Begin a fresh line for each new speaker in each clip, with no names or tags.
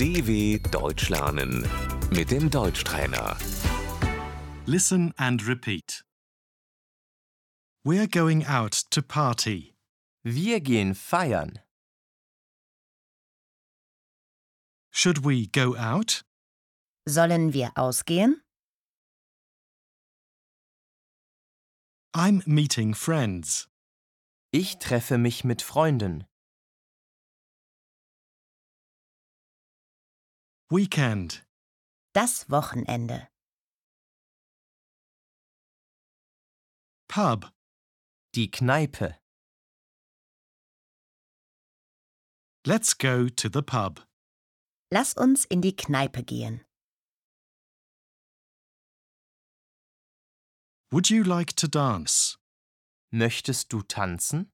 DW Deutsch lernen mit dem Deutschtrainer.
Listen and repeat. We're going out to party.
Wir gehen feiern.
Should we go out?
Sollen wir ausgehen?
I'm meeting friends.
Ich treffe mich mit Freunden.
Weekend.
Das Wochenende.
Pub.
Die Kneipe.
Let's go to the pub.
Lass uns in die Kneipe gehen.
Would you like to dance?
Möchtest du tanzen?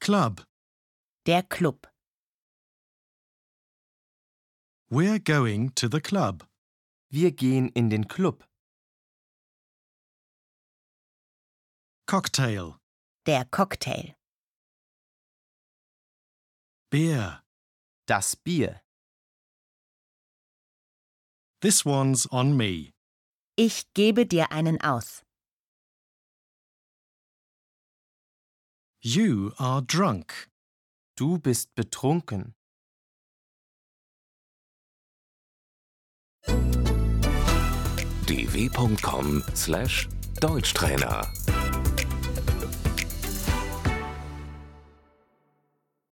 Club.
Der Club.
We're going to the club.
Wir gehen in den Club.
Cocktail.
Der Cocktail.
Beer.
Das Bier.
This one's on me.
Ich gebe dir einen aus.
You are drunk.
Du bist betrunken.
dw.com/deutschtrainer